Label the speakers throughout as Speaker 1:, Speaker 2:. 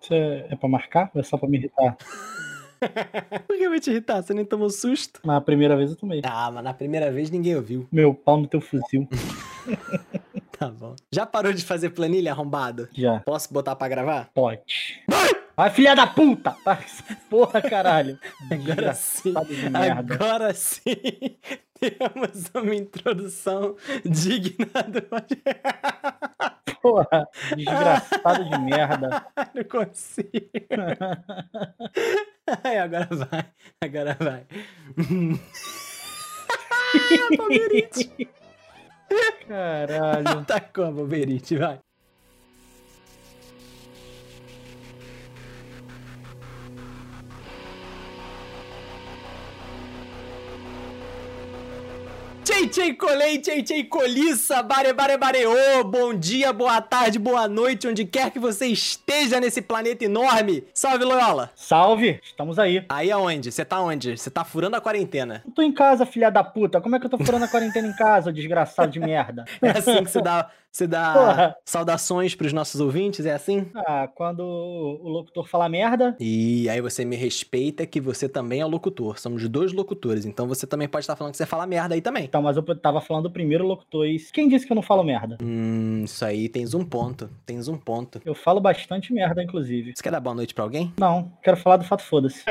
Speaker 1: Isso é, é pra marcar ou é só pra me irritar?
Speaker 2: Por que eu vou te irritar? Você nem tomou susto?
Speaker 1: Na primeira vez eu tomei.
Speaker 2: Ah, mas na primeira vez ninguém ouviu.
Speaker 1: Meu pau no teu fuzil.
Speaker 2: Tá bom. Já parou de fazer planilha arrombado?
Speaker 1: Já.
Speaker 2: Posso botar pra gravar?
Speaker 1: Pode. Vai, filha da puta! Vai, Porra, caralho.
Speaker 2: Agora sim.
Speaker 1: Desgraçado de merda.
Speaker 2: Agora sim. Temos uma introdução digna do
Speaker 1: Porra, desgraçado de merda.
Speaker 2: Não consigo. Ai, agora vai. Agora vai. Ah, Palmeirite.
Speaker 1: Caralho.
Speaker 2: Atacou a Palmeirite, tá vai. Tchei, tchei, colei, tchei, tchei, coliça, bare, bare, bareô. Bom dia, boa tarde, boa noite, onde quer que você esteja nesse planeta enorme. Salve, Loyola.
Speaker 1: Salve, estamos aí.
Speaker 2: Aí aonde? Você tá onde? Você tá furando a quarentena.
Speaker 1: Eu tô em casa, filha da puta. Como é que eu tô furando a quarentena em casa, desgraçado de merda?
Speaker 2: É assim que você dá, você dá
Speaker 1: Porra.
Speaker 2: saudações pros nossos ouvintes? É assim?
Speaker 1: Ah, quando o locutor fala merda,
Speaker 2: E aí você me respeita que você também é locutor. Somos dois locutores, então você também pode estar falando que você fala merda aí também.
Speaker 1: então, mas eu tava falando do primeiro locutor e quem disse que eu não falo merda?
Speaker 2: Hum, isso aí tens um ponto. Tens um ponto.
Speaker 1: Eu falo bastante merda, inclusive.
Speaker 2: Você quer dar boa noite pra alguém?
Speaker 1: Não, quero falar do fato foda-se.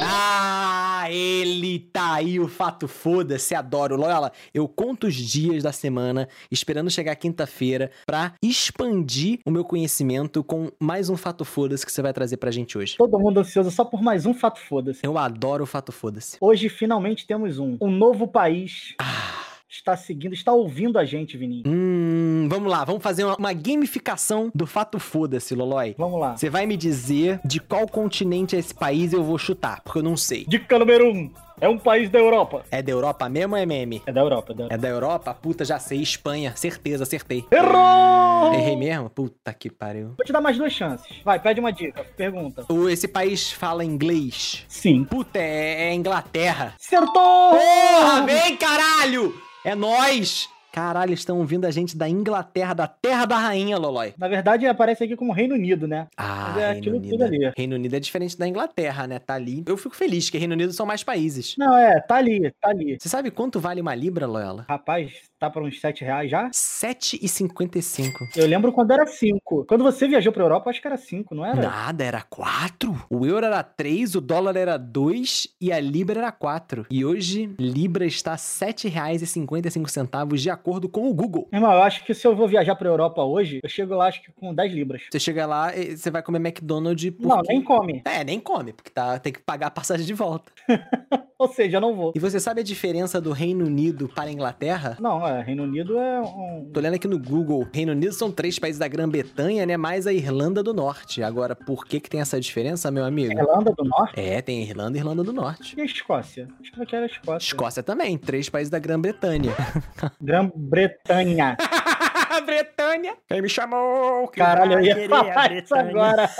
Speaker 2: Ah, ele tá aí, o fato foda-se, adoro. Loyola, eu conto os dias da semana, esperando chegar quinta-feira, pra expandir o meu conhecimento com mais um fato foda-se que você vai trazer pra gente hoje.
Speaker 1: Todo mundo ansioso só por mais um fato foda-se.
Speaker 2: Eu adoro o fato foda-se.
Speaker 1: Hoje finalmente temos um. Um novo país está seguindo, está ouvindo a gente, Vininho.
Speaker 2: Hum, vamos lá, vamos fazer uma, uma gamificação do fato foda-se, Lolói.
Speaker 1: Vamos lá.
Speaker 2: Você vai me dizer de qual continente é esse país eu vou chutar, porque eu não sei.
Speaker 1: Dica número um. É um país da Europa.
Speaker 2: É da Europa mesmo ou é meme?
Speaker 1: É da Europa, é da Europa.
Speaker 2: É da Europa? Puta, já sei. Espanha. Certeza, acertei.
Speaker 1: Errou!
Speaker 2: Errei mesmo? Puta que pariu.
Speaker 1: Vou te dar mais duas chances. Vai, pede uma dica. Pergunta.
Speaker 2: O- Esse país fala inglês.
Speaker 1: Sim.
Speaker 2: Puta, é, é Inglaterra.
Speaker 1: Acertou!
Speaker 2: Porra, vem, caralho! É nós! Caralho, estão ouvindo a gente da Inglaterra, da terra da rainha, Lolói.
Speaker 1: Na verdade, aparece aqui como Reino Unido, né?
Speaker 2: Ah,
Speaker 1: Mas é
Speaker 2: É, Reino
Speaker 1: aquilo tudo
Speaker 2: Unido.
Speaker 1: ali.
Speaker 2: Reino Unido é diferente da Inglaterra, né? Tá ali. Eu fico feliz que Reino Unido são mais países.
Speaker 1: Não, é, tá ali, tá ali.
Speaker 2: Você sabe quanto vale uma libra, Loyola?
Speaker 1: Rapaz, tá por uns 7 reais já?
Speaker 2: 7,55.
Speaker 1: Eu lembro quando era 5. Quando você viajou pra Europa, acho que era 5, não era?
Speaker 2: Nada, era 4? O euro era 3, o dólar era 2 e a libra era 4. E hoje, libra está R$ 7,55 de acordo com o Google.
Speaker 1: Irmão, eu acho que se eu vou viajar pra Europa hoje, eu chego lá acho que com 10 libras.
Speaker 2: Você chega lá e você vai comer McDonald's por...
Speaker 1: Não, nem come.
Speaker 2: É, nem come, porque tá, tem que pagar a passagem de volta.
Speaker 1: Ou seja, eu não vou.
Speaker 2: E você sabe a diferença do Reino Unido para a Inglaterra?
Speaker 1: Não, é, Reino Unido é um...
Speaker 2: Tô olhando aqui no Google. Reino Unido são três países da Grã-Bretanha, né? Mais a Irlanda do Norte. Agora, por que que tem essa diferença, meu amigo?
Speaker 1: Irlanda do Norte
Speaker 2: É, tem Irlanda e Irlanda do Norte.
Speaker 1: e a Escócia. Acho que era a Escócia.
Speaker 2: Escócia também, três países da Grã-Bretanha.
Speaker 1: Grã-Bretanha.
Speaker 2: Bretânia! Quem me chamou? que
Speaker 1: Caralho, eu
Speaker 2: vai
Speaker 1: ia
Speaker 2: querer
Speaker 1: falar
Speaker 2: a
Speaker 1: isso
Speaker 2: Bretânia.
Speaker 1: agora.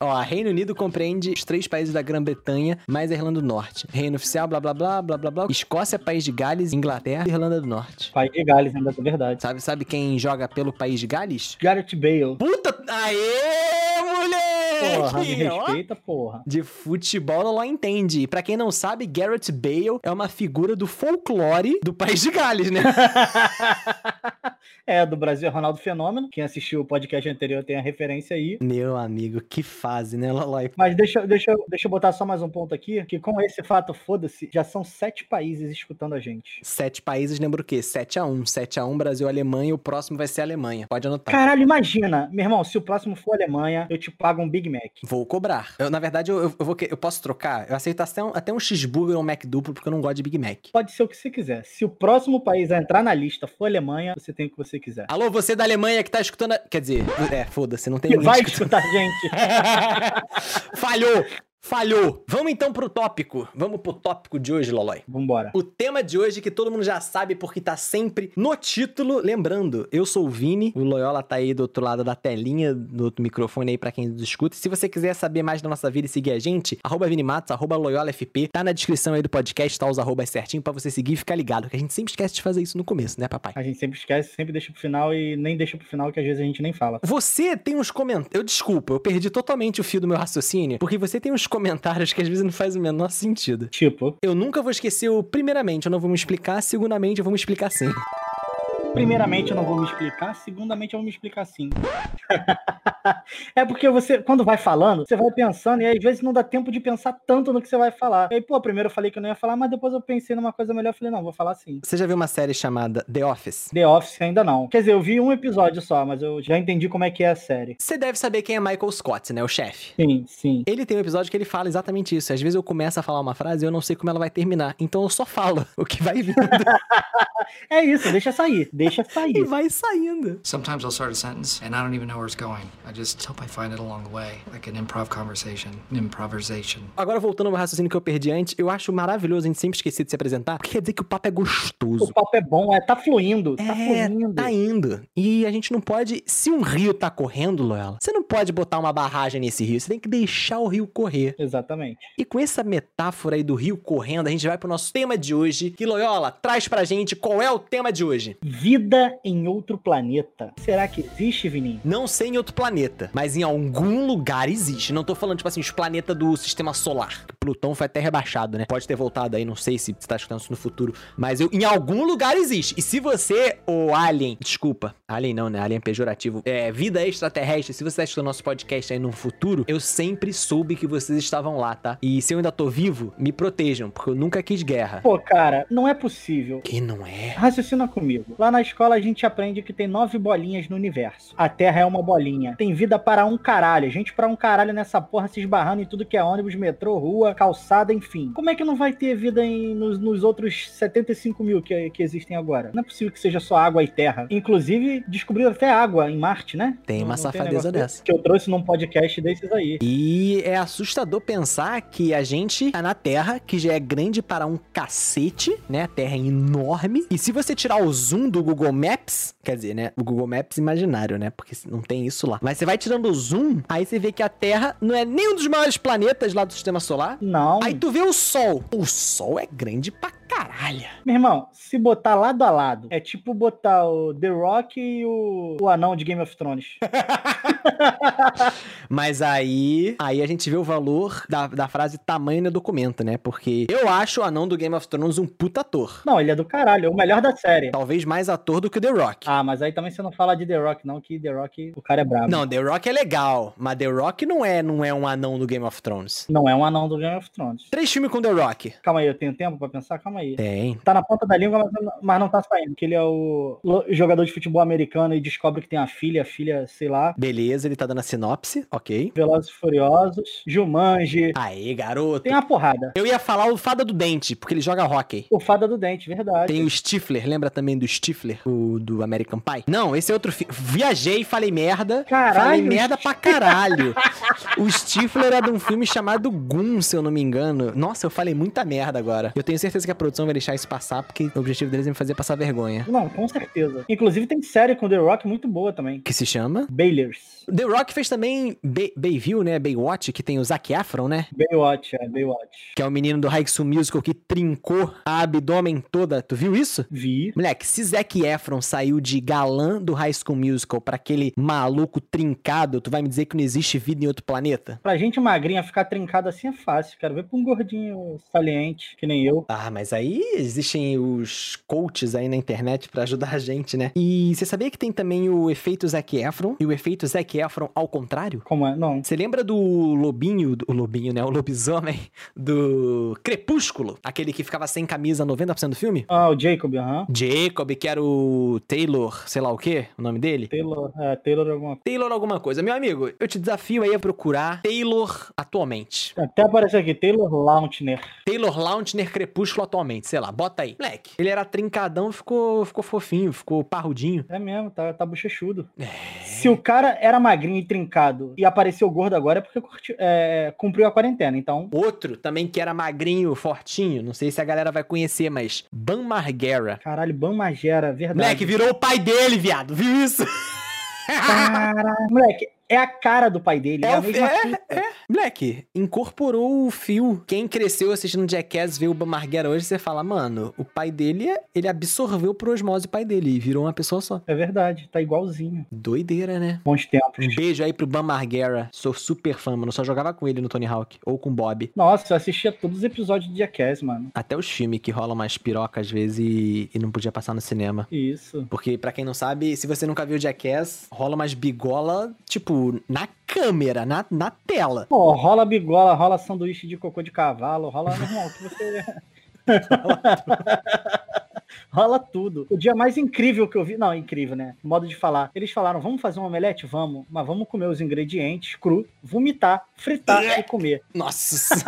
Speaker 2: Ó, Reino Unido compreende os três países da Grã-Bretanha, mais a Irlanda do Norte. Reino oficial, blá blá blá, blá blá blá. Escócia, País de Gales, Inglaterra e Irlanda do Norte.
Speaker 1: Pai de Gales, ainda é verdade.
Speaker 2: Sabe, sabe quem joga pelo País de Gales?
Speaker 1: Gareth Bale.
Speaker 2: Puta! Aê, moleque!
Speaker 1: Porra, me
Speaker 2: É, Ó,
Speaker 1: respeita, porra.
Speaker 2: De futebol lá entende. E Pra quem não sabe, Garrett Bale é uma figura do folclore do País de Gales, né?
Speaker 1: é, do Brasil é Ronaldo Fenômeno. Quem assistiu o podcast anterior tem a referência aí.
Speaker 2: Meu amigo, que fase, né, Lolói?
Speaker 1: Mas deixa, deixa, eu- deixa eu botar só mais um ponto aqui, que com esse fato, foda-se, já são sete países escutando a gente.
Speaker 2: Sete países, lembra o quê? 7x1. 7x1, Brasil, Alemanha. O próximo vai ser a Alemanha. Pode anotar.
Speaker 1: Caralho, imagina, meu irmão, se o próximo for Alemanha, eu te pago um Big Mac.
Speaker 2: Vou cobrar. Eu, na verdade, eu, eu, eu vou, que- eu posso trocar. Eu aceito até um, até um cheeseburger ou um Mac duplo, porque eu não gosto de Big Mac.
Speaker 1: Pode ser o que você quiser. Se o próximo país a entrar na lista for Alemanha, você tem o que você quiser.
Speaker 2: Alô, você da Alemanha que tá escutando. a- Quer dizer, é, foda-se, não tem
Speaker 1: E
Speaker 2: ninguém
Speaker 1: vai
Speaker 2: escutando.
Speaker 1: escutar a gente.
Speaker 2: Falhou! Falhou! Vamos então pro tópico. Vamos pro tópico de hoje, Lolói.
Speaker 1: Vambora.
Speaker 2: O tema de hoje que todo mundo já sabe porque tá sempre no título. Lembrando, eu sou o Vini, o Loyola tá aí do outro lado da telinha, do outro microfone aí pra quem nos escuta. E se você quiser saber mais da nossa vida e seguir a gente, arroba Vini Matos, arroba LoyolaFP, tá na descrição aí do podcast, tá os arrobas certinho pra você seguir e ficar ligado, que a gente sempre esquece de fazer isso no começo, né, papai?
Speaker 1: A gente sempre esquece, sempre deixa pro final e nem deixa pro final que às vezes a gente nem fala.
Speaker 2: Você tem uns comentários. Eu desculpa, eu perdi totalmente o fio do meu raciocínio, porque você tem uns comentários que às vezes não faz o menor sentido.
Speaker 1: Tipo,
Speaker 2: Eu nunca vou esquecer o primeiramente, eu não vou me explicar, segundamente eu vou me explicar sim.
Speaker 1: primeiramente eu não vou me explicar, segundamente eu vou me explicar sim. é porque você, quando vai falando, você vai pensando e às vezes não dá tempo de pensar tanto no que você vai falar. E aí, pô, primeiro eu falei que eu não ia falar, mas depois eu pensei numa coisa melhor, eu falei, não, vou falar sim.
Speaker 2: Você já viu uma série chamada The Office?
Speaker 1: The Office ainda não. Quer dizer, eu vi um episódio só, mas eu já entendi como é que é a série.
Speaker 2: Você deve saber quem é Michael Scott, né? O chefe.
Speaker 1: Sim, sim.
Speaker 2: Ele tem um episódio que ele fala exatamente isso. Às vezes eu começo a falar uma frase e eu não sei como ela vai terminar. Então eu só falo o que vai vindo
Speaker 1: É isso, deixa sair, deixa
Speaker 2: e
Speaker 1: sair.
Speaker 2: vai saindo.
Speaker 3: Sometimes I'll start a sentence and I don't even know where it's going. I just hope I find it along the way, like an improv conversation, an improvisation.
Speaker 2: Agora voltando ao raciocínio que eu perdi antes, eu acho maravilhoso a gente sempre esquecer de se apresentar, porque quer dizer que o papo é
Speaker 1: O
Speaker 2: gostoso.
Speaker 1: papo é bom, é, tá fluindo, tá
Speaker 2: É,
Speaker 1: fluindo.
Speaker 2: tá indo. E a gente não pode. Se um rio tá correndo, Loela, você não pode botar uma barragem nesse rio. Você tem que deixar o rio correr.
Speaker 1: Exatamente.
Speaker 2: E com essa metáfora aí do rio correndo, a gente vai pro nosso tema de hoje. E Loyola, traz pra gente qual é o tema de hoje.
Speaker 1: Vida em outro planeta. Será que existe, Vininho?
Speaker 2: Não sei em outro planeta, mas em algum lugar existe. Não tô falando, tipo assim, os planetas do sistema solar. Plutão foi até rebaixado, né? Pode ter voltado aí, não sei se você tá escutando isso no futuro. Mas eu, em algum lugar existe. E se você, ô Alien, desculpa, Alien não, né? Alien é pejorativo. É, vida extraterrestre, se você tá escutando nosso podcast aí no futuro, eu sempre soube que vocês estavam lá, tá? E se eu ainda tô vivo, me protejam, porque eu nunca quis guerra.
Speaker 1: Pô, cara, não é possível.
Speaker 2: Que não é?
Speaker 1: Raciocina comigo. Lá na escola a gente aprende que tem nove bolinhas no universo. A Terra é uma bolinha. Tem vida para um caralho. Gente para um caralho nessa porra se esbarrando em tudo que é ônibus, metrô, rua, calçada, enfim. Como é que não vai ter vida em- nos, nos outros 75 mil que, que existem agora? Não é possível que seja só água e terra. Inclusive, descobriram até água em Marte, né?
Speaker 2: Tem uma
Speaker 1: um
Speaker 2: safadeza
Speaker 1: negócio
Speaker 2: dessa.
Speaker 1: Que eu trouxe num podcast desses aí.
Speaker 2: E é assustador pensar que a gente tá na Terra, que já é grande para um cacete, né? A Terra é enorme. E se você tirar o zoom do Google Maps, quer dizer, né? O Google Maps imaginário, né? Porque não tem isso lá. Mas você vai tirando o zoom, aí você vê que a Terra não é nenhum dos maiores planetas lá do sistema solar.
Speaker 1: Não.
Speaker 2: Aí tu vê o Sol. O Sol é grande pra caralho.
Speaker 1: Meu irmão, se botar lado a lado, é tipo botar o The Rock e o, o anão de Game of Thrones.
Speaker 2: Mas aí, aí a gente vê o valor da, da frase tamanho no documento, né? Porque eu acho o anão do Game of Thrones um puta ator.
Speaker 1: Não, ele é do caralho, é o melhor da série.
Speaker 2: Talvez mais ator do que o The Rock.
Speaker 1: Ah, mas aí também você não fala de The Rock, não, que The Rock, o cara é brabo.
Speaker 2: Não, The Rock é legal, mas The Rock não é, não é um anão do Game of Thrones.
Speaker 1: Não é um anão do Game of Thrones.
Speaker 2: Três filmes com The Rock.
Speaker 1: Calma aí, eu tenho tempo pra pensar? Calma aí.
Speaker 2: Tem.
Speaker 1: Tá na ponta da língua, mas não- mas não tá saindo. Que ele é o lo- jogador de futebol americano e descobre que tem a filha, a filha, sei lá,
Speaker 2: Beleza, ele tá dando a sinopse, ok.
Speaker 1: Velozes e Furiosos, Jumanji,
Speaker 2: Aí, garoto.
Speaker 1: tem uma porrada.
Speaker 2: Eu ia falar o Fada do Dente, porque ele joga hockey.
Speaker 1: O Fada do Dente, verdade.
Speaker 2: Tem um- o Stifler, lembra também do Stifler, o do American Pie? Não, esse é outro filme. Viajei, falei merda.
Speaker 1: Caralho,
Speaker 2: Falei
Speaker 1: o
Speaker 2: merda pra caralho. o Stifler é de um filme chamado Goon, se eu não me engano. Nossa, eu falei muita merda agora. Eu tenho certeza que a produção vai deixar isso passar, porque o objetivo deles é me fazer passar vergonha.
Speaker 1: Não, com certeza. Inclusive tem série com The Rock muito boa também.
Speaker 2: Que se chama?
Speaker 1: Baylors.
Speaker 2: The Rock fez também Bay- Bayview, né? Baywatch, que tem o Zac Efron, né?
Speaker 1: Baywatch, é, Baywatch.
Speaker 2: Que é o menino do High School Musical que trincou a abdômen toda. Tu viu isso?
Speaker 1: Vi.
Speaker 2: Moleque, se Zac Efron saiu de galã do High School Musical pra aquele maluco trincado, tu vai me dizer que não existe vida em outro planeta?
Speaker 1: Pra gente magrinha ficar trincada assim é fácil. Quero ver pra um gordinho saliente, que nem eu.
Speaker 2: Ah, mas aí existem os coaches aí na internet pra ajudar a gente, né? E você sabia que tem também o efeito Zac Efron e o efeito Zac Efron ao contrário?
Speaker 1: Como é? Não.
Speaker 2: Você lembra do lobinho, o lobinho, né? O lobisomem do Crepúsculo, aquele que ficava sem camisa 90% do filme?
Speaker 1: Ah, o Jacob, aham.
Speaker 2: Jacob, que era o Taylor, sei lá o quê, o nome dele?
Speaker 1: Taylor, é, Taylor alguma coisa.
Speaker 2: Taylor alguma coisa. Meu amigo, eu te desafio aí a procurar Taylor atualmente.
Speaker 1: Até apareceu aqui, Taylor Lautner.
Speaker 2: Taylor Lautner Crepúsculo atualmente, sei lá, bota aí. Moleque, ele era trincadão, ficou, ficou fofinho, ficou parrudinho.
Speaker 1: É mesmo, tá, tá bochechudo.
Speaker 2: É.
Speaker 1: Se o cara era magrinho e trincado e apareceu gordo agora é porque curti- é, cumpriu a quarentena. Então,
Speaker 2: Outro também que era magrinho, fortinho, não sei se a galera vai conhecer, mas Ban Margera.
Speaker 1: caralho, Ban Magera, verdade.
Speaker 2: Moleque, virou o pai dele, viado, viu isso?
Speaker 1: Caralho, moleque, é a cara do pai dele. É,
Speaker 2: É
Speaker 1: a
Speaker 2: o-
Speaker 1: mesma
Speaker 2: é,
Speaker 1: pinta.
Speaker 2: Moleque, incorporou o fio. Quem cresceu assistindo Jackass vê o Ban Margera hoje, você fala, mano, o pai dele, é- ele absorveu por osmose o pai dele e virou uma pessoa só.
Speaker 1: É verdade, tá igualzinho.
Speaker 2: Doideira, né?
Speaker 1: Bons tempos.
Speaker 2: Um beijo aí pro Ban Margera. Sou super fã, mano. Só jogava com ele no Tony Hawk ou com o Bob.
Speaker 1: Nossa, eu assistia todos os episódios de Jackass, mano.
Speaker 2: Até os filmes que rolam mais piroca às vezes e, e não podia passar no cinema.
Speaker 1: Isso.
Speaker 2: Porque, pra quem não sabe, se você nunca viu Jackass, rola umas bigola, tipo, na câmera, na, na tela.
Speaker 1: Pô, rola bigola, rola sanduíche de cocô de cavalo, rola normal, que você. rola tudo. O dia mais incrível que eu vi. Não, incrível, né? Modo de falar. Eles falaram: vamos fazer um omelete? Vamos, mas vamos comer os ingredientes cru, vomitar, fritar e comer.
Speaker 2: Nossa!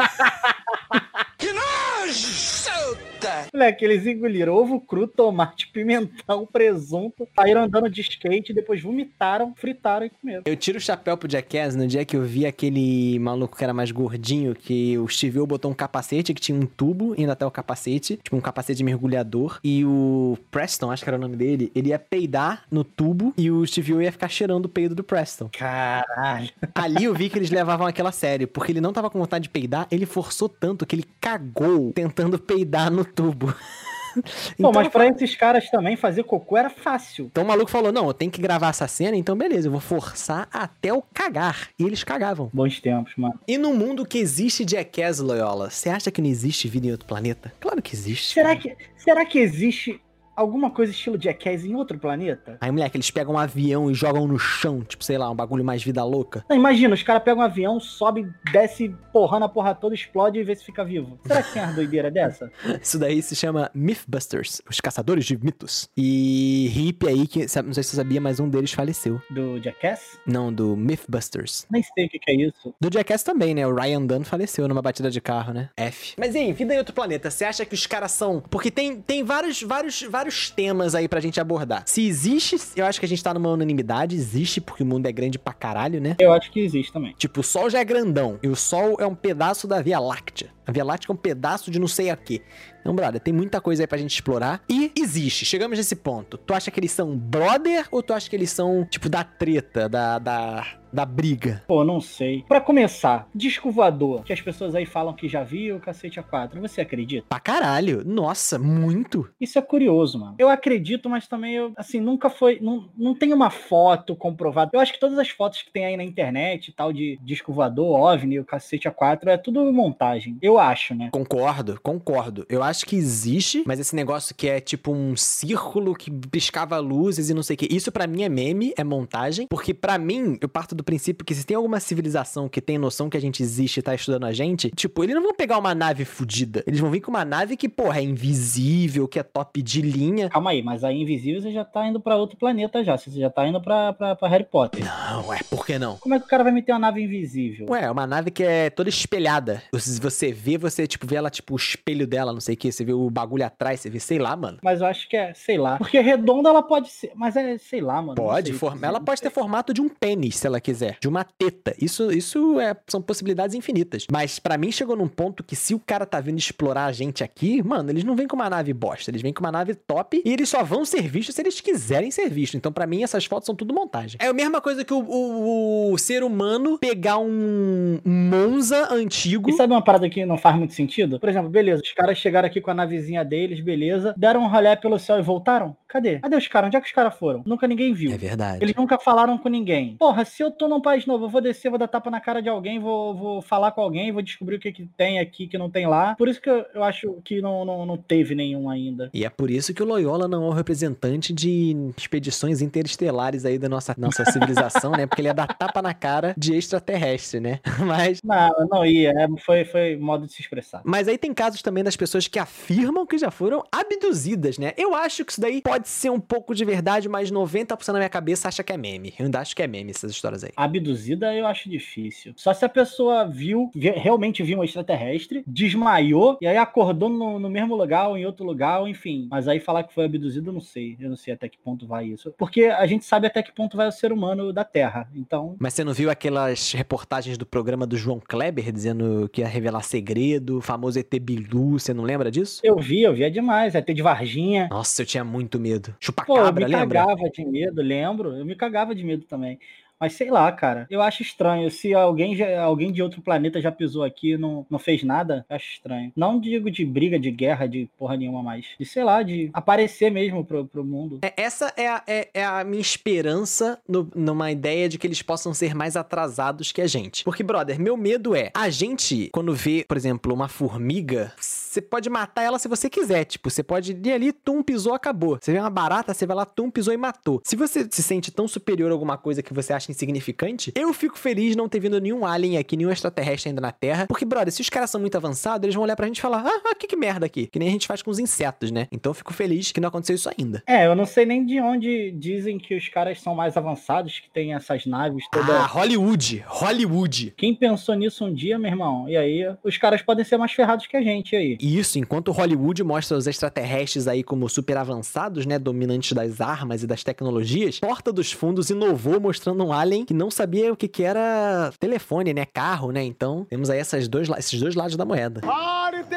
Speaker 1: Moleque, eles engoliram ovo cru, tomate, pimentão, presunto, saíram andando de skate, depois vomitaram, fritaram e comeram.
Speaker 2: eu tiro o chapéu pro Jackass no dia que eu vi aquele maluco que era mais gordinho, que o Steve O botou um capacete que tinha um tubo indo até o capacete, tipo um capacete de mergulhador, e o Preston, acho que era o nome dele, ele ia peidar no tubo e o Steve O ia ficar cheirando o peido do Preston.
Speaker 1: Caralho.
Speaker 2: Ali eu vi que eles levavam aquilo a sério, porque ele não tava com vontade de peidar, ele forçou tanto que ele cagou tentando peidar no tubo.
Speaker 1: Pô,
Speaker 2: então,
Speaker 1: mas pra esses caras também fazer cocô era fácil.
Speaker 2: então o maluco falou: não, eu tenho que gravar essa cena, então beleza, eu vou forçar até eu cagar. E eles cagavam.
Speaker 1: Bons tempos, mano.
Speaker 2: E no mundo que existe Jackass Loyola, você acha que não existe vida em outro planeta? Claro que existe.
Speaker 1: Será que, será que existe alguma coisa estilo Jackass em outro planeta?
Speaker 2: Aí, moleque, eles pegam um avião e jogam no chão, tipo, sei lá, um bagulho mais vida louca.
Speaker 1: Não, imagina, os caras pegam um avião, sobe, desce porrando a porra toda, explode e vê se fica vivo. Será que tem uma doideira dessa?
Speaker 2: Isso daí se chama Mythbusters, os caçadores de mitos. E hippie aí, que sabe- não sei se você sabia, mas um deles faleceu.
Speaker 1: Do Jackass?
Speaker 2: Não, do Mythbusters.
Speaker 1: Nem sei o que, que é isso.
Speaker 2: Do Jackass também, né? O Ryan Dunn faleceu numa batida de carro, né? F. Mas e aí, vida em outro planeta, você acha que os caras são... Porque tem, tem vários, vários, vários temas aí pra gente abordar. Se existe, eu acho que a gente tá numa unanimidade, existe, porque o mundo é grande pra caralho, né?
Speaker 1: Eu acho que existe também.
Speaker 2: Tipo, o Sol já é grandão, e o Sol é um pedaço da Via Láctea. A Via Láctea é um pedaço de não sei a quê. Então, brother, tem muita coisa aí pra gente explorar. E existe, chegamos nesse ponto. Tu acha que eles são brother, ou tu acha que eles são, tipo, da treta, da... da... Da briga.
Speaker 1: Pô, não sei. Pra começar, disco voador, que as pessoas aí falam que já viu, cacete a quatro. Você acredita?
Speaker 2: Pra caralho. Nossa, muito.
Speaker 1: Isso é curioso, mano. Eu acredito, mas também eu, assim, nunca foi. Não, não tem uma foto comprovada. Eu acho que todas as fotos que tem aí na internet, tal, de disco voador, OVNI, o cacete A4, é tudo montagem. Eu acho, né?
Speaker 2: Concordo, concordo. Eu acho que existe, mas esse negócio que é tipo um círculo que piscava luzes e não sei o que. Isso pra mim é meme, é montagem, porque pra mim, eu parto do princípio que se tem alguma civilização que tem noção que a gente existe e tá estudando a gente, tipo, eles não vão pegar uma nave fudida. Eles vão vir com uma nave que, porra, é invisível, que é top de linha.
Speaker 1: Calma aí, mas aí invisível você já tá indo pra outro planeta já. Você já tá indo pra, pra, pra Harry Potter.
Speaker 2: Não, é, por que não?
Speaker 1: Como é que o cara vai meter uma nave invisível?
Speaker 2: Ué, é uma nave que é toda espelhada. Se você vê, você, tipo, vê ela, tipo, o espelho dela, não sei o que. Você vê o bagulho atrás, você vê, sei lá, mano.
Speaker 1: Mas eu acho que é, sei lá. Porque redonda ela pode ser. Mas é, sei lá, mano. não
Speaker 2: Pode,
Speaker 1: sei.
Speaker 2: forma- ela pode
Speaker 1: é.
Speaker 2: ter formato de um pênis, se ela quiser, de uma teta. Isso, isso é- são possibilidades infinitas. Mas pra mim chegou num ponto que se o cara tá vindo explorar a gente aqui, mano, eles não vêm com uma nave bosta, eles vêm com uma nave top e eles só vão ser vistos se eles quiserem ser vistos. Então pra mim essas fotos são tudo montagem. É a mesma coisa que o, o- o ser humano pegar um Monza antigo.
Speaker 1: E sabe uma parada que não faz muito sentido? Por exemplo, beleza, os caras chegaram aqui com a navezinha deles, beleza, deram um rolé pelo céu e voltaram? Cadê? Cadê os caras? Onde é que os caras foram? Nunca ninguém viu.
Speaker 2: É verdade.
Speaker 1: Eles nunca falaram com ninguém. Porra, se eu tô num país novo, eu vou descer, vou dar tapa na cara de alguém, vou, vou falar com alguém, vou descobrir o que, que tem aqui, que não tem lá. Por isso que eu, eu acho que não, não, não teve nenhum ainda.
Speaker 2: E é por isso que o Loyola não é o representante de expedições interestelares aí da nossa, nossa civilização, né? Porque ele é da tapa na cara de extraterrestre, né? Mas.
Speaker 1: Não, não ia. é, Foi, foi modo de se expressar.
Speaker 2: Mas aí tem casos também das pessoas que afirmam que já foram abduzidas, né? Eu acho que isso daí pode ser um pouco de verdade, mas 90% da minha cabeça acha que é meme. Eu ainda acho que é meme essas histórias aí. sei.
Speaker 1: Abduzida eu acho difícil. Só se a pessoa viu, vi- realmente viu um extraterrestre, desmaiou e aí acordou no, no mesmo lugar ou em outro lugar, ou enfim. Mas aí falar que foi abduzido, eu não sei. Eu não sei até que ponto vai isso. Porque a gente sabe até que ponto vai o ser humano da Terra. Então,
Speaker 2: Mas você não viu aquelas reportagens do programa do João Kleber dizendo que ia revelar segredo, o famoso ET Bilu, você não lembra disso?
Speaker 1: eu vi, eu via demais. Até de Varginha.
Speaker 2: Nossa, eu tinha muito medo.
Speaker 1: Pô, eu
Speaker 2: Chupacabra,
Speaker 1: me
Speaker 2: lembra?
Speaker 1: cagava de medo, lembro. Eu me cagava de medo também. Mas sei lá, cara. Eu acho estranho. Se alguém, já- alguém de outro planeta já pisou aqui e não, não fez nada, eu acho estranho. Não digo de briga, de guerra, de porra nenhuma mais. De sei lá, de aparecer mesmo pro, pro mundo.
Speaker 2: É, essa é a, é- é a minha esperança no- numa ideia de que eles possam ser mais atrasados que a gente. Porque, brother, meu medo é, a gente, quando vê, por exemplo, uma formiga, você pode matar ela se você quiser. Tipo, você pode ir ali, tum, pisou, acabou. Você vê uma barata, você vai lá, tum, pisou e matou. Se você se sente tão superior a alguma coisa que você acha insignificante, eu fico feliz não ter vindo nenhum alien aqui, nenhum extraterrestre ainda na Terra. Porque, brother, se os caras são muito avançados, eles vão olhar pra gente e falar, ah, ah, que, que merda aqui. Que nem a gente faz com os insetos, né? Então eu fico feliz que não aconteceu isso ainda.
Speaker 1: É, eu não sei nem de onde dizem que os caras são mais avançados, que tem essas naves toda.
Speaker 2: Ah, Hollywood! Hollywood!
Speaker 1: Quem pensou nisso um dia, meu irmão? E aí, os caras podem ser mais ferrados que a gente e aí.
Speaker 2: E Isso, enquanto Hollywood mostra os extraterrestres aí como super avançados, né? Dominantes das armas e das tecnologias, Porta dos Fundos inovou mostrando um alien que não sabia o que, que era telefone, né? Carro, né? Então, temos aí essas dois, la- esses dois lados da moeda.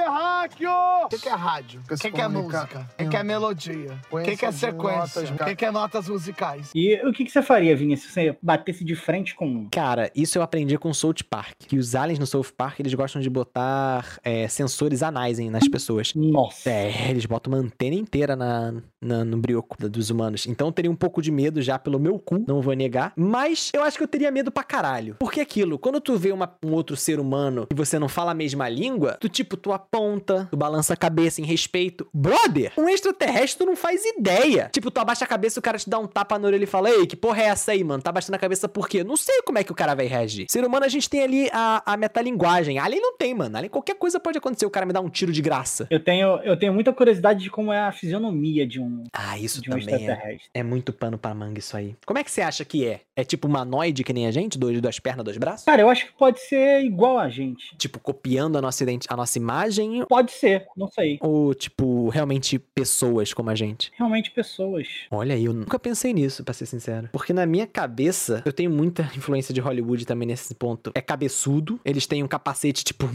Speaker 4: O que, que é rádio? O que, que é música? O que, que é melodia? O que, que é
Speaker 5: Sequência de
Speaker 4: sequência?
Speaker 5: notas
Speaker 4: O que, que é notas musicais?
Speaker 1: E o que, que você faria, Vinícius, se você batesse de frente com um?
Speaker 2: Cara, isso eu aprendi com o South Park. Que os aliens no South Park, eles gostam de botar é, sensores anais hein, nas pessoas.
Speaker 1: Nossa.
Speaker 2: É, eles botam uma antena inteira na, na- no brioco da- dos humanos. Então eu teria um pouco de medo já pelo meu cu, não vou negar. Mas eu acho que eu teria medo pra caralho. Porque aquilo, quando tu vê uma- um outro ser humano e você não fala a mesma língua, tu tipo, tu aponta, tu balança a cabeça em respeito. Brother, um extraterrestre tu não faz ideia. Tipo, tu abaixa a cabeça o cara te dá um tapa na orelha e fala, ei, que porra é essa aí, mano? Tá abaixando a cabeça por quê? Não sei como é que o cara vai reagir. Ser humano a gente tem ali a, a metalinguagem. Alien não tem, mano. Alien qualquer coisa pode acontecer, o cara me dá um tiro de graça.
Speaker 1: Eu tenho, eu tenho muita curiosidade de como é a fisionomia de um,
Speaker 2: Ah, isso
Speaker 1: de um
Speaker 2: também é.
Speaker 1: extraterrestre.
Speaker 2: É muito pano pra manga isso aí. Como é que você acha que é? É tipo humanoide que nem a gente? Dois, duas pernas, dois braços?
Speaker 1: Cara, eu acho que pode ser igual a gente.
Speaker 2: Tipo, copiando a nossa, identi- a nossa imagem?
Speaker 1: Pode ser, não sei.
Speaker 2: Ou, tipo, realmente pessoas como a gente?
Speaker 1: Realmente pessoas.
Speaker 2: Olha aí, eu nunca pensei nisso, pra ser sincero. Porque na minha cabeça, eu tenho muita influência de Hollywood também nesse ponto. É cabeçudo, eles têm um capacete, tipo,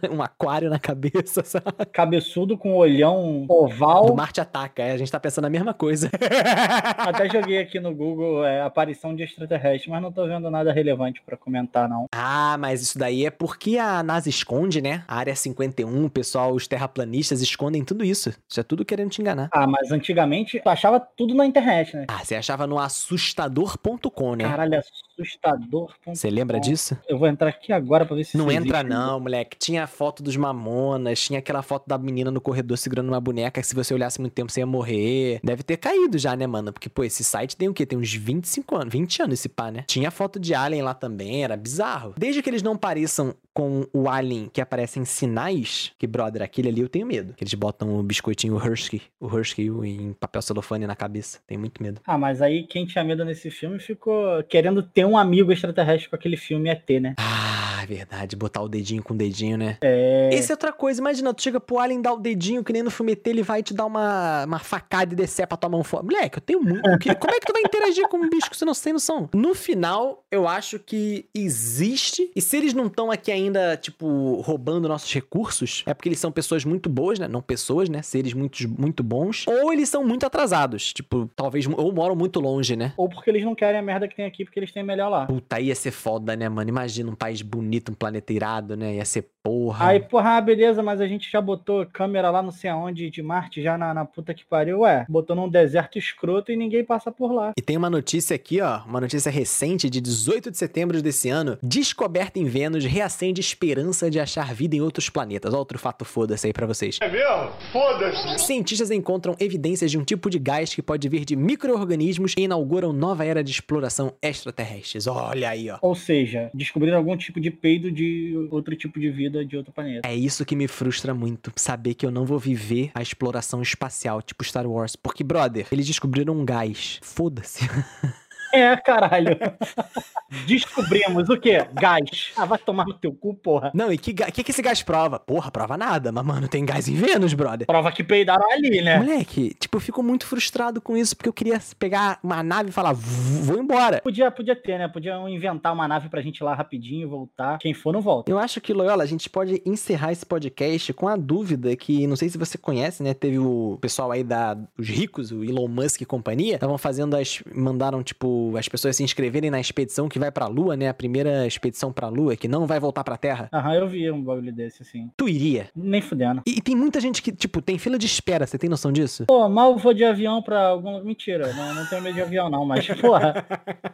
Speaker 2: um aquário na cabeça, sabe?
Speaker 1: Cabeçudo com olhão
Speaker 2: Do
Speaker 1: oval.
Speaker 2: Marte Ataca, é, a gente tá pensando a mesma coisa.
Speaker 1: Até joguei aqui no Google é, aparição de extraterrestre, mas não tô vendo nada relevante pra comentar, não.
Speaker 2: Ah, mas isso daí é porque a NASA esconde, né? A área 51, o pessoal, os terraplanistas escondem tudo isso. Isso é tudo querendo te enganar.
Speaker 1: Ah, mas antigamente tu achava tudo na internet, né?
Speaker 2: Ah, você achava no assustador.com, né?
Speaker 1: Caralho, assustador.
Speaker 2: Você lembra disso?
Speaker 1: Eu vou entrar aqui agora pra ver se
Speaker 2: Não
Speaker 1: isso
Speaker 2: entra
Speaker 1: existe.
Speaker 2: não, moleque. Tinha a foto dos mamonas, tinha aquela foto da menina no corredor segurando uma boneca que se você olhasse muito tempo você ia morrer. Deve ter caído já, né, mano? Porque, pô, esse site tem o quê? Tem uns 25 anos, 20 anos esse pá, né? Tinha foto de alien lá também, era bizarro. Desde que eles não pareçam com o alien que aparece em sinais, que, brother, aquele ali eu tenho medo. Que eles botam o biscoitinho Hershey, o Hershey em papel celofane na cabeça. Tenho muito medo.
Speaker 1: Ah, mas aí quem tinha medo nesse filme ficou querendo ter um amigo extraterrestre com aquele filme ET, né?
Speaker 2: Ah, é verdade, botar o dedinho com o dedinho, né? É. Essa é outra coisa, imagina, tu chega pro alien, dá o dedinho, que nem no fumetê, ele vai te dar uma, uma facada e descer pra tua mão fora. Moleque, eu tenho muito. o quê? Como é que tu vai interagir com um bicho que você não tem noção? No final, eu acho que existe, e se eles não estão aqui ainda, tipo, roubando nossos recursos, é porque eles são pessoas muito boas, né? Não pessoas, né? Seres muito, muito bons. Ou eles são muito atrasados, tipo, talvez, ou moram muito longe, né?
Speaker 1: Ou porque eles não querem a merda que tem aqui, porque eles têm melhor lá.
Speaker 2: Puta, ia ser foda, né, mano? Imagina um país bonito, um planeta irado, né? Ia ser porra.
Speaker 1: Aí, porra, ah, beleza, mas a gente já botou câmera lá não sei aonde de Marte, já na, na puta que pariu. Ué, botou num deserto escroto e ninguém passa por lá.
Speaker 2: E tem uma notícia aqui, ó, uma notícia recente de 18 de setembro desse ano. Descoberta em Vênus reacende esperança de achar vida em outros planetas. Ó, Outro fato foda-se aí pra vocês. É mesmo? Foda-se. Cientistas encontram evidências de um tipo de gás que pode vir de micro-organismos e inauguram nova era de exploração extraterrestres. Olha aí, ó.
Speaker 1: Ou seja, descobriram algum tipo de peido de outro tipo de vida de outro planeta.
Speaker 2: É isso que me frustra muito, saber que eu não vou viver a exploração espacial, tipo Star Wars. Porque, brother, eles descobriram um gás. Foda-se.
Speaker 1: É, caralho. Descobrimos o quê? Gás. Ah, vai tomar no teu cu, porra.
Speaker 2: Não, e que, ga- que que esse gás prova? Porra, prova nada, mas mano, tem gás em Vênus, brother.
Speaker 1: Prova que peidaram ali, né?
Speaker 2: Moleque, tipo, eu fico muito frustrado com isso, porque eu queria pegar uma nave e falar, "Vu- vou embora.
Speaker 1: Podia, podia ter, né? Podiam inventar uma nave pra gente ir lá rapidinho e voltar. Quem for, não volta.
Speaker 2: Eu acho que, Loyola, a gente pode encerrar esse podcast com a dúvida que, não sei se você conhece, né? Teve o pessoal aí da os ricos, o Elon Musk e companhia, estavam fazendo as. mandaram, tipo, as pessoas se inscreverem na expedição que vai pra Lua, né? A primeira expedição pra Lua, que não vai voltar pra Terra.
Speaker 1: Aham, eu vi um bagulho desse, assim.
Speaker 2: Tu iria.
Speaker 1: Nem fudendo.
Speaker 2: E, e tem muita gente que, tipo, tem fila de espera, você tem noção disso?
Speaker 1: Pô, mal vou de avião pra algum. Mentira, não, não tenho medo de avião, não, mas, porra,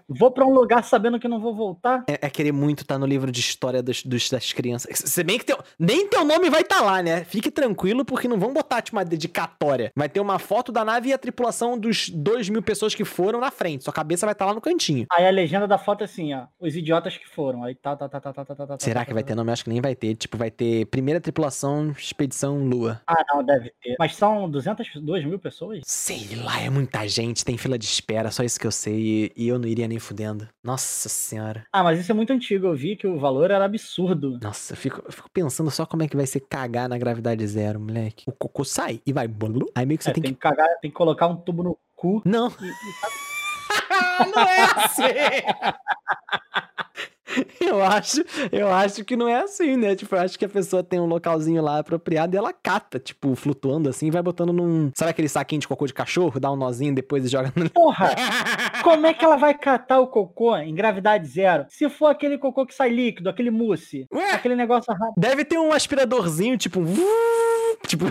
Speaker 1: vou pra um lugar sabendo que não vou voltar?
Speaker 2: É, é querer muito estar no livro de história dos, dos- das crianças. Se bem que teu, nem teu nome vai estar lá, né? Fique tranquilo, porque não vão botar tipo, uma dedicatória. Vai ter uma foto da nave e a tripulação dos dois mil pessoas que foram na frente. Sua cabeça vai estar lá no cantinho.
Speaker 1: Aí a legenda da foto é assim, ó. Os idiotas que foram. Aí tá, tá, tá, tá, tá, tá, tá, tá.
Speaker 2: Será
Speaker 1: tá,
Speaker 2: que vai
Speaker 1: tá,
Speaker 2: ter nome? Acho que nem vai ter. Tipo, vai ter primeira tripulação, expedição Lua.
Speaker 1: tá. Ah, não, deve ter. Mas são 200, 2 mil pessoas?
Speaker 2: Sei lá, é muita gente, tem fila de espera, só isso que eu sei. E, e eu não iria nem fudendo. Nossa senhora.
Speaker 1: Ah, mas isso é muito antigo. Eu vi que o valor era absurdo.
Speaker 2: Nossa, eu fico, eu fico pensando só como é que vai ser cagar na gravidade zero, moleque. O cocô sai e vai. blu. Aí meio que você
Speaker 1: É,
Speaker 2: tem que.
Speaker 1: cagar, tem que colocar um tubo no cu.
Speaker 2: Não.
Speaker 1: e- e-
Speaker 2: não é assim. Eu acho, eu acho que não é assim, né? Tipo, eu acho que a pessoa tem um localzinho lá apropriado e ela cata, tipo, flutuando assim, e vai botando num. Sabe aquele saquinho de cocô de cachorro? Dá um nozinho depois e joga no.
Speaker 1: Porra! Como é que ela vai catar o cocô em gravidade zero? Se for aquele cocô que sai líquido, aquele mousse,
Speaker 2: Ué,
Speaker 1: aquele negócio rápido.
Speaker 2: deve ter um aspiradorzinho, tipo. um vuuu, Tipo,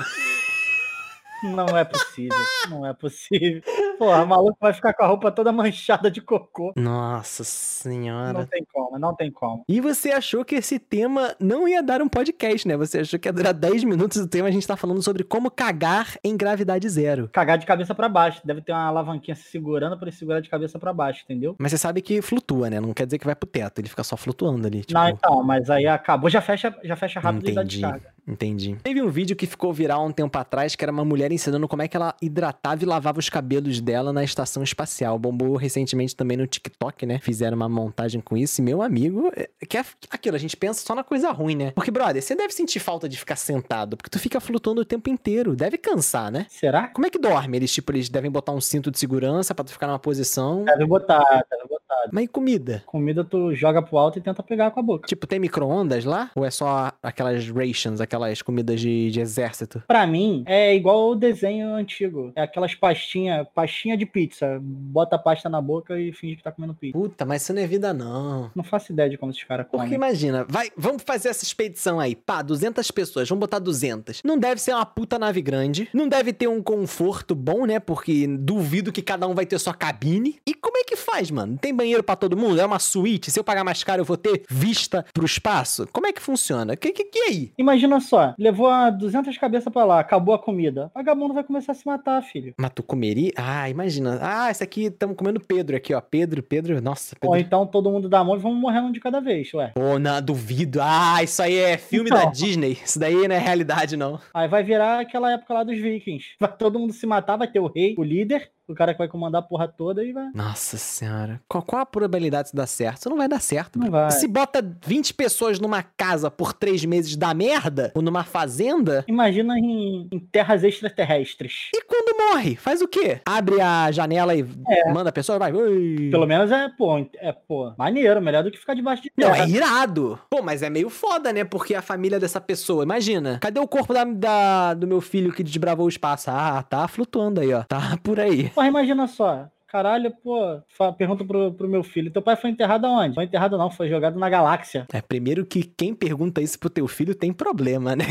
Speaker 1: Não é possível, não é possível. Porra, o maluco vai ficar com a roupa toda manchada de cocô.
Speaker 2: nossa
Speaker 1: Não
Speaker 2: senhora.
Speaker 1: tem como, não tem como.
Speaker 2: E você achou que esse tema não ia dar um podcast, né? Você achou que ia durar 10 minutos o tema, a gente tá falando sobre como cagar em gravidade zero.
Speaker 1: Cagar de cabeça pra baixo. Deve ter uma alavanquinha se segurando pra ele segurar de cabeça pra baixo, entendeu?
Speaker 2: Mas você sabe que flutua, né? Não quer dizer que vai pro teto, ele fica só flutuando ali. Tipo,
Speaker 1: Não, então, mas aí acabou, já fecha, já fecha rápido e dá
Speaker 2: Entendi.
Speaker 1: descarga.
Speaker 2: entendi. Teve um vídeo que ficou viral um tempo atrás, que era uma mulher ensinando como é que ela hidratava e lavava os cabelos dela na estação espacial. Bombou recentemente também no TikTok, né? Fizeram uma montagem com isso. E meu amigo, é- que é aquilo, a gente pensa só na coisa ruim, né? Porque, brother, você deve sentir falta de ficar sentado, porque tu fica flutuando o tempo inteiro. Deve cansar, né?
Speaker 1: Será?
Speaker 2: Como é que dorme? Eles, tipo, eles devem botar um cinto de segurança pra tu ficar numa posição.
Speaker 1: Deve botar, deve botar.
Speaker 2: Mas e comida?
Speaker 1: Comida tu joga pro alto e tenta pegar com a boca.
Speaker 2: Tipo, tem micro-ondas lá? Ou é só aquelas rations, aquelas comidas de, de exército?
Speaker 1: Pra mim, é igual o desenho antigo. É aquelas pastinha, pastinha de pizza. Bota a pasta na boca e finge que tá comendo pizza.
Speaker 2: Puta, mas isso não é vida, não.
Speaker 1: Não faço ideia de como esses caras
Speaker 2: Porque
Speaker 1: comem.
Speaker 2: imagina, vai, vamos fazer essa expedição aí. Pá, 200 pessoas, vamos botar 200. Não deve ser uma puta nave grande. Não deve ter um conforto bom, né? Porque duvido que cada um vai ter sua cabine. E como é que faz, mano? Tem banheiro pra todo mundo? É uma suíte? Se eu pagar mais caro, eu vou ter vista pro espaço? Como é que funciona? Que, que, que aí?
Speaker 1: Imagina só, levou a 200 cabeças pra lá, acabou a comida. Vagabundo vai começar a se matar, filho.
Speaker 2: Mas tu comeria? Ah, imagina. Ah, esse aqui, estamos comendo Pedro aqui, ó. Pedro, Pedro. Nossa, Pedro.
Speaker 1: Ou então todo mundo dá a mão e vamos morrer um de cada vez, ué.
Speaker 2: Pô, não, duvido. Ah, isso aí é filme da
Speaker 1: Então.
Speaker 2: Disney. Isso daí não é realidade, não.
Speaker 1: Aí vai virar aquela época lá dos vikings. Vai todo mundo se matar, vai ter o rei, o líder, o cara que vai comandar a porra toda e vai.
Speaker 2: Nossa senhora. Qual, qual a probabilidade disso dar certo? Isso não vai dar certo.
Speaker 1: Não
Speaker 2: bro.
Speaker 1: vai.
Speaker 2: Se bota 20 pessoas numa casa por três meses da merda, ou numa fazenda,
Speaker 1: Imagina em, em terras extraterrestres.
Speaker 2: e quando morre, faz o quê? Abre a janela e manda a pessoa, vai. ui.
Speaker 1: É. Pelo menos é, pô, é, pô, maneiro, melhor do que ficar debaixo de
Speaker 2: Não,
Speaker 1: terra.
Speaker 2: é irado. Pô, mas é meio foda, né? Porque a família dessa pessoa, imagina. Cadê o corpo da, da- do meu filho que desbravou o espaço? Ah, tá flutuando aí, ó. Tá por aí.
Speaker 1: Porra, imagina só. Caralho, pô, fa- pergunta pro, pro meu filho: teu pai foi enterrado aonde? Foi enterrado não, foi jogado na galáxia.
Speaker 2: É, primeiro que quem pergunta isso pro teu filho tem problema, né?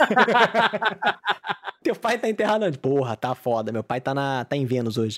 Speaker 2: teu pai tá enterrado onde? Porra, tá foda. Meu pai tá, na, tá em Vênus hoje.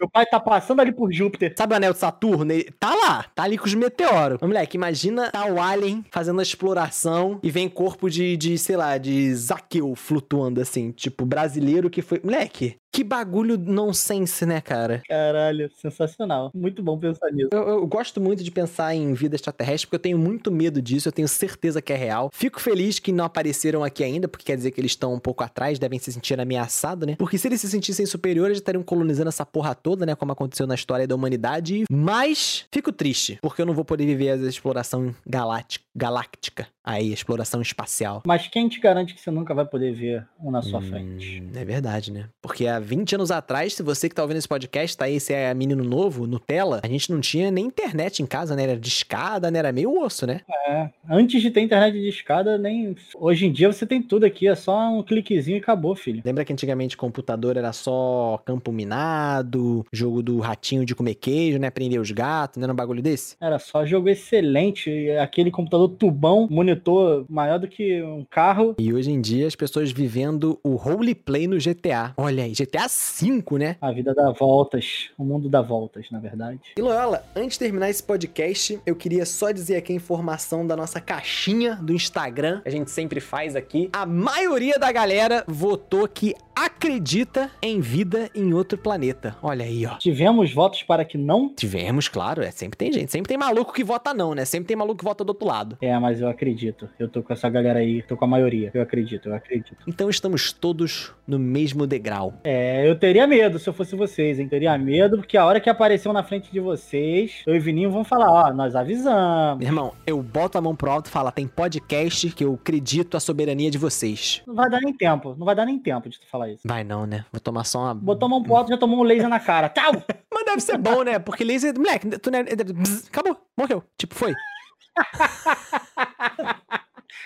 Speaker 1: Meu pai tá passando ali por Júpiter.
Speaker 2: Sabe o anel de Saturno? Ele tá lá, tá ali com os meteoros. Mas, moleque, imagina tá o Alien fazendo a exploração e vem corpo de, de sei lá, de Zaqueu flutuando assim, tipo brasileiro que foi. Moleque, Que bagulho nonsense, né, cara?
Speaker 1: Caralho, sensacional. Muito bom pensar nisso.
Speaker 2: Eu, eu gosto muito de pensar em vida extraterrestre, porque eu tenho muito medo disso, eu tenho certeza que é real. Fico feliz que não apareceram aqui ainda, porque quer dizer que eles estão um pouco atrás, devem se sentir ameaçados, né? Porque se eles se sentissem superiores, já estariam colonizando essa porra toda, né? Como aconteceu na história da humanidade. Mas fico triste, porque eu não vou poder viver a exploração galáctica, galáctica aí, a exploração espacial.
Speaker 1: Mas quem te garante que você nunca vai poder ver um na sua frente?
Speaker 2: Hum, É verdade, né? Porque há 20 anos atrás, se você que tá ouvindo esse podcast, tá aí, se é menino novo, Nutella, a gente não tinha nem internet em casa, né? Era discada, né? Era meio osso, né?
Speaker 1: É. Antes de ter internet de escada, nem. Hoje em dia você tem tudo aqui, é só um cliquezinho e acabou, filho.
Speaker 2: Lembra que antigamente computador era só campo minado, jogo do ratinho de comer queijo, né? Prender os gatos, né? Era um bagulho desse?
Speaker 1: Era só jogo excelente, e aquele computador tubão, monitor maior do que um carro.
Speaker 2: E hoje em dia as pessoas vivendo o roleplay no GTA. Olha aí, GTA V, né?
Speaker 1: A vida dá voltas, o mundo dá voltas, na verdade.
Speaker 2: E Loyola, antes de terminar esse podcast, eu queria só dizer aqui a informação da nossa caixinha do Instagram, que a gente sempre faz aqui. A maioria da galera votou que acredita em vida em outro planeta. Olha aí, ó.
Speaker 1: Tivemos votos para que não.
Speaker 2: Tivemos, claro, é, sempre tem gente. Sempre tem maluco que vota não, né? Sempre tem maluco que vota do outro lado.
Speaker 1: É, mas eu acredito. Eu tô com essa galera aí, tô com a maioria. Eu acredito, eu acredito.
Speaker 2: Então estamos todos no mesmo degrau.
Speaker 1: É, eu teria medo se eu fosse vocês, hein? Teria medo, porque a hora que apareceu na frente de vocês, eu e Vininho vão falar, ó, nós avisamos.
Speaker 2: Meu irmão, eu boto a mão pro alto e falo, tem podcast que eu acredito a soberania de vocês.
Speaker 1: Não vai dar nem tempo, não vai dar nem tempo de tu falar isso.
Speaker 2: Vai não, né? Vou tomar só uma
Speaker 1: Botou a mão pro alto, já tomou um laser na cara. Tchau!
Speaker 2: Mas deve ser bom, né? Porque laser. Moleque, tu né? bzz, Acabou, morreu. Tipo, foi.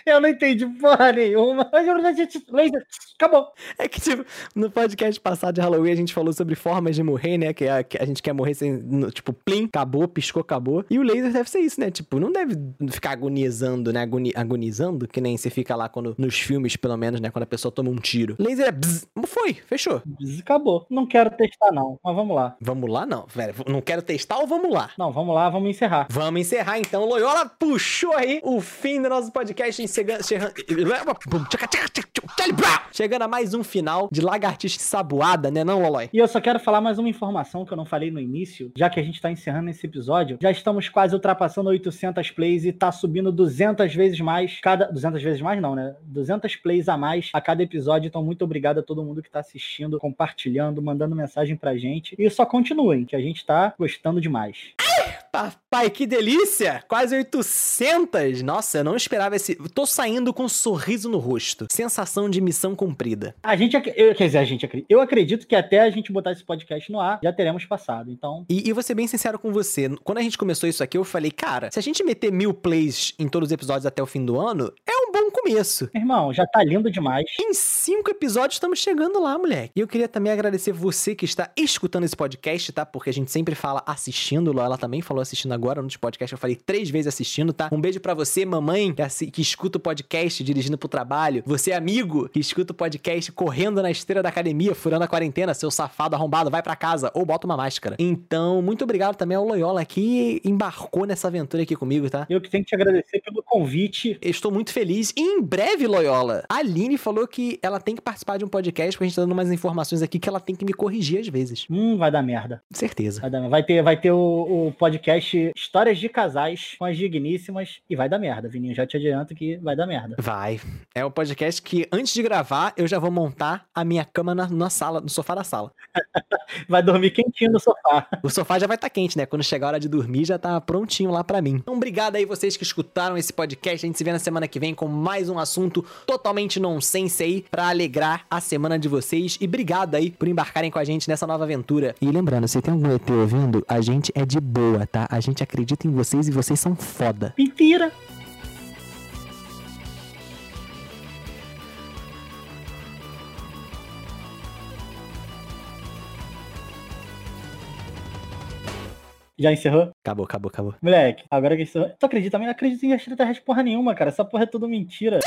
Speaker 1: Eu não entendi porra nenhuma. Laser, acabou.
Speaker 2: É que, tipo, no podcast passado de Halloween a gente falou sobre formas de morrer, né? Que a, que a gente quer morrer sem. no- tipo, plim, acabou, piscou, acabou. E o laser deve ser isso, né? Tipo, não deve ficar agonizando, né? Agoni- agonizando, que nem você fica lá quando, nos filmes, pelo menos, né? Quando a pessoa toma um tiro. Laser é. bzz, foi, fechou.
Speaker 1: Bzz, Acabou. Não quero testar, não. Mas vamos lá.
Speaker 2: Vamos lá, não. Velho, não quero testar ou vamos lá?
Speaker 1: Não, vamos lá, vamos encerrar.
Speaker 2: Vamos encerrar então. Loyola puxou aí o fim do nosso podcast. Chegando, chegando, chegando a mais um final de Lagartixa Saboada, né, não, Lolói?
Speaker 1: E eu só quero falar mais uma informação que eu não falei no início, já que a gente tá encerrando esse episódio. Já estamos quase ultrapassando 800 plays e tá subindo 200 vezes mais cada 200 vezes mais não, né? 200 plays a mais a cada episódio. Então muito obrigado a todo mundo que tá assistindo, compartilhando, mandando mensagem pra gente. E só continuem, que a gente tá gostando demais.
Speaker 2: Papai, que delícia! Quase 800! Nossa, eu não esperava esse. Tô saindo com um sorriso no rosto. Sensação de missão cumprida.
Speaker 1: A gente, ac- eu, quer dizer, a gente acredita. Eu acredito que até a gente botar esse podcast no ar, já teremos passado. Então,
Speaker 2: E, e vou ser bem sincero com você. Quando a gente começou isso aqui, eu falei, cara, se a gente meter mil plays em todos os episódios até o fim do ano, é um bom começo.
Speaker 1: meu irmão, já tá lindo demais.
Speaker 2: Em cinco episódios estamos chegando lá, moleque. E eu queria também agradecer você que está escutando esse podcast, tá? Porque a gente sempre fala assistindo, Ló, ela também falou assistindo agora no podcast, eu falei três vezes assistindo, tá? Um beijo pra você, mamãe, que, assi- que escuta o podcast dirigindo pro trabalho. Você, amigo, que escuta o podcast correndo na esteira da academia, furando a quarentena, seu safado arrombado, vai pra casa ou bota uma máscara. Então, muito obrigado também ao Loyola que embarcou nessa aventura aqui comigo, tá?
Speaker 1: Eu que tenho que te agradecer pelo convite.
Speaker 2: Eu estou muito feliz. E em breve, Loyola, a Aline falou que ela tem que participar de um podcast, porque a gente tá dando umas informações aqui que ela tem que me corrigir às vezes.
Speaker 1: Hum, vai dar merda.
Speaker 2: Certeza.
Speaker 1: Vai dar merda. Vai ter, vai ter o, o podcast Histórias de Casais com as Digníssimas e vai dar merda, Vininho. Já te adianto que vai dar merda.
Speaker 2: Vai. É o podcast que, antes de gravar, eu já vou montar a minha cama na, na sala, no sofá da sala.
Speaker 1: Vai dormir quentinho no sofá.
Speaker 2: O sofá já vai estar quente, né? Quando chegar a hora de dormir, já tá prontinho lá pra mim. Então, obrigado aí vocês que escutaram esse podcast. A gente se vê na semana que vem com mais um assunto totalmente nonsense aí pra alegrar a semana de vocês. E obrigado aí por embarcarem com a gente nessa nova aventura. E lembrando, se tem algum ET ouvindo, a gente é de boa, tá? A gente acredita em vocês e vocês são foda.
Speaker 1: Mentira! Já encerrou?
Speaker 2: Acabou, acabou, acabou.
Speaker 1: Moleque, agora que encerrou. Tu acredita? Eu não acredito em extraterrestre porra nenhuma, cara. Essa porra é tudo mentira.